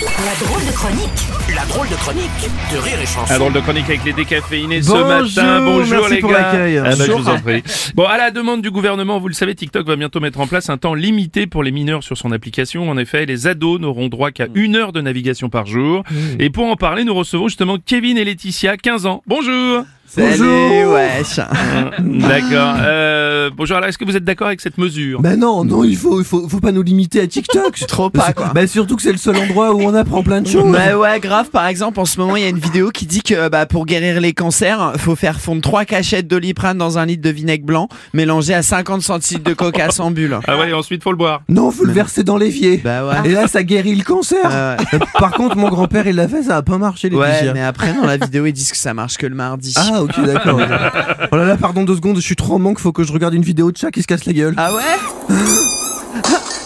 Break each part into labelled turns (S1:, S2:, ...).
S1: La drôle de chronique.
S2: La drôle de chronique de Rire et Chanson.
S3: Un drôle de chronique avec les décaféinés
S4: Bonjour,
S3: ce matin. Bonjour
S4: merci
S3: les
S4: pour
S3: gars.
S4: l'accueil.
S3: Ah bah, je
S4: Bonjour.
S3: vous en prie. Bon, à la demande du gouvernement, vous le savez, TikTok va bientôt mettre en place un temps limité pour les mineurs sur son application. En effet, les ados n'auront droit qu'à
S4: Mm.
S3: une heure de navigation par jour. Et pour en parler, nous recevons justement Kevin et Laetitia, 15 ans. Bonjour.
S4: Salut, wesh Mm.
S3: D'accord. Euh, bonjour. Alors, est-ce que vous êtes d'accord avec cette mesure
S5: Bah non, non, il faut, il faut, faut pas nous limiter à TikTok.
S4: Trop pas, quoi.
S5: Bah surtout que c'est le seul endroit où on apprend plein de choses.
S4: Bah ouais, grave, par exemple, en ce moment, il y a une vidéo qui dit que bah, pour guérir les cancers, faut faire fondre 3 cachettes d'oliprane dans un litre de vinaigre blanc, mélangé à 50 centilitres de coca sans bulle.
S3: Ah ouais. et Ensuite, faut le boire.
S5: Non, faut le verser dans l'évier.
S4: Bah ouais.
S5: Et là, ça guérit le cancer.
S4: Ah ouais.
S5: Euh, Par contre, mon grand-père, il l'a fait, ça a pas marché les
S4: Ouais,
S5: pichets.
S4: mais après, dans la vidéo, ils disent que ça marche que le mardi.
S5: Ah ok d'accord. oh là là pardon deux secondes je suis trop en manque faut que je regarde une vidéo de chat qui se casse la gueule.
S4: Ah ouais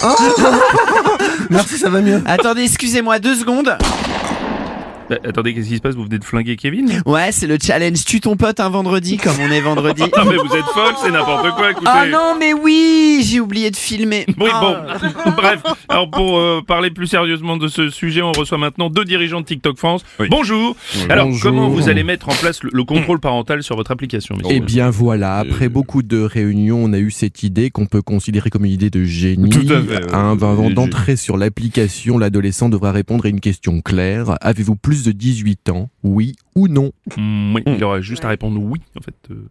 S4: Ah.
S5: Merci ça va mieux.
S4: Attendez, excusez-moi deux secondes.
S3: Bah, attendez, qu'est-ce qui se passe Vous venez de flinguer Kevin
S4: Ouais, c'est le challenge tue ton pote un vendredi, comme on est vendredi.
S3: Non mais vous êtes folle, c'est n'importe quoi. Écoutez.
S4: Oh non, mais oui, j'ai oublié de filmer.
S3: Oui,
S4: Ah.
S3: bon, bref. Alors pour euh, parler plus sérieusement de ce sujet, on reçoit maintenant deux dirigeants de TikTok France. Bonjour. Alors comment vous allez mettre en place le, le contrôle parental sur votre application
S6: Oh
S3: messieurs
S7: Eh bien voilà, après beaucoup de réunions, on a eu cette idée qu'on peut considérer comme une idée de génie.
S3: Tout à fait, ouais.
S7: Hein, bah, avant
S3: Génie.
S7: d'entrer sur l'application, l'adolescent devra répondre à une question claire. Avez-vous plus de 18 ans Oui ou non
S3: Hmm, oui, il aura juste à répondre oui en fait. euh.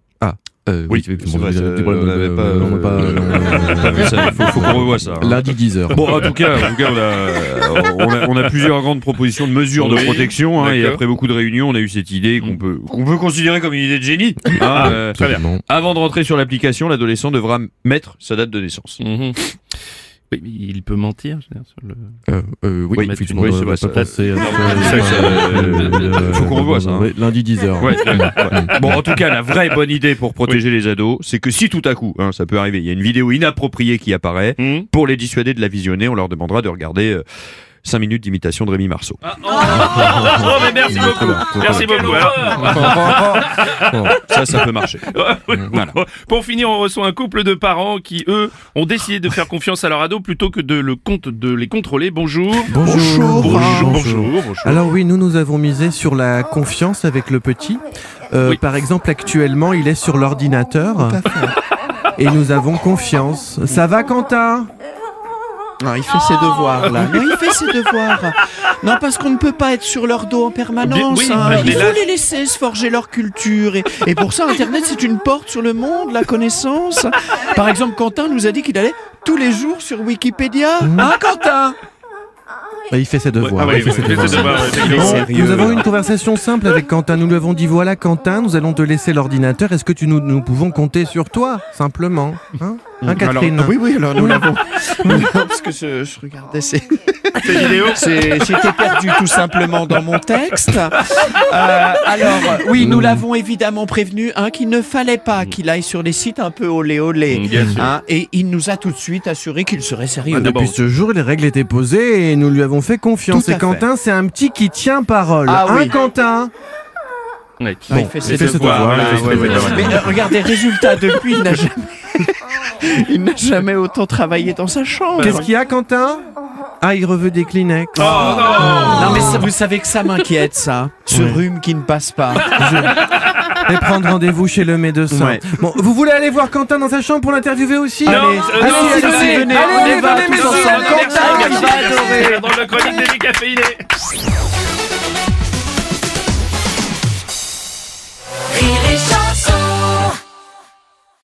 S7: Euh,
S3: Oui,
S7: bon,
S6: c'est vrai,
S7: vous avez-
S6: c'est- bah, on n'avait pas,
S7: non, on n'a pas-
S6: euh,
S7: non,
S6: on n'a pas vu ça. Faut, faut qu'on revoie ça. hein.
S7: Lundi 10h.
S6: Bon, en tout cas, en tout cas, on, a, on, a, on a plusieurs grandes propositions de mesures de
S3: Oui,
S6: protection. hein, et
S3: d'accord.
S6: après beaucoup de réunions, on a eu cette idée
S7: Mm.
S6: qu'on peut, qu'on peut considérer comme une idée de génie.
S7: Ah,
S6: hein, euh, avant de rentrer sur l'application, l'adolescent devra mettre sa date de naissance.
S3: Mhm. Oui, mais il peut mentir. je veux dire, sur le-
S7: Euh, oui,
S6: Oui,
S7: effectivement,
S6: oui,
S7: on
S6: c'est
S7: va
S6: vrai, ça.
S7: pas passer à
S6: Ça, ça,
S7: Euh,
S6: faut qu'on revoie ça. hein.
S7: ouais, Lundi 10h.
S6: Ouais, ouais, ouais. Bon, en tout cas, la vraie bonne idée pour protéger les ados, c'est que si tout à coup, hein, ça peut arriver, il y a une vidéo inappropriée qui apparaît,
S3: Hmm.
S6: pour les dissuader de la visionner, on leur demandera de regarder 5 minutes d'imitation de Rémi Marceau.
S3: Ah. Oh, mais merci beaucoup. Merci beaucoup. hein. Alors,
S6: Ça, ça peut marcher. Voilà.
S3: Pour finir, on reçoit un couple de parents qui, eux, ont décidé de faire confiance à leur ado plutôt que de, le compte, de les contrôler. Bonjour.
S5: Bonjour.
S3: Bonjour. Bonjour. bonjour.
S5: Alors oui, nous nous avons misé sur la confiance avec le petit. Euh,
S3: Oui.
S5: Par exemple, actuellement, il est sur l'ordinateur. Et nous avons confiance. Ça va, Quentin
S4: Non, Ah, il fait ses devoirs là. Non, il fait ses devoirs. Non, parce qu'on ne peut pas être sur leur dos en permanence.
S3: Bien- oui,
S4: hein.
S3: mais
S4: Il
S3: là-
S4: faut les laisser se forger leur culture. Et, et pour ça, Internet, c'est une porte sur le monde, la connaissance. Par exemple, Quentin nous a dit qu'il allait tous les jours sur Wikipédia.
S3: Mm.
S4: Hein, Quentin
S5: Bah, Il fait ses
S3: Ouais,
S5: devoirs.
S3: ah oui,
S5: il fait
S3: oui,
S5: ses
S3: oui,
S5: devoirs.
S3: c'est dommage,
S5: Bon,
S3: effectivement.
S5: nous avons eu une conversation simple avec Quentin. Nous lui avons dit voilà, Quentin, nous allons te laisser l'ordinateur. Est-ce que tu nous, nous pouvons compter sur toi, simplement Hein, Hein, Catherine
S4: euh, Oui, oui, alors nous l'avons. parce que je, je regardais ces,
S3: Cette vidéo.
S4: C'est- J'étais perdu tout simplement dans mon texte. Euh, alors, oui, nous l'avons évidemment prévenu hein, qu'il ne fallait pas qu'il aille sur les sites un peu olé olé.
S3: Bien sûr.
S4: hein, et il nous a tout de suite assuré qu'il serait sérieux.
S5: Depuis ce jour, les règles étaient posées et nous lui avons fait confiance.
S4: Tout à
S5: Et Quentin, c'est un petit qui tient parole.
S4: Ah
S5: hein,
S4: oui.
S5: Quentin
S3: Ouais.
S4: Ah, il fait ses
S5: Il fait ses
S4: devoirs.
S5: devoirs,
S3: voilà,
S5: il fait ses
S3: ouais, ouais,
S5: devoirs.
S3: ouais.
S4: Mais euh, regardez, résultat, depuis, il n'a jamais... il n'a jamais autant travaillé dans sa chambre.
S5: Qu'est-ce qu'il y a, Quentin Ah, il reveut des Kleenex.
S3: Oh, non.
S4: Non mais ça- vous savez que ça m'inquiète ça, ce
S5: Ouais.
S4: rhume qui ne passe pas.
S5: Et prendre rendez-vous chez le médecin.
S4: Ouais.
S5: Bon, vous voulez aller voir Quentin dans sa chambre pour l'interviewer aussi
S3: Non,
S4: Allez,
S3: euh,
S5: allez, Ah,
S3: non,
S5: allez,
S3: ça,
S5: allez,
S3: c'est-
S5: venez,
S3: allez,
S5: on y
S3: allez,
S5: va
S3: venez,
S5: tous
S3: messieurs,
S5: ensemble.
S3: merci,
S5: Quentin,
S3: merci,
S5: il va
S3: merci,
S5: adorer.
S3: merci, Dans le chronique des décaféinés.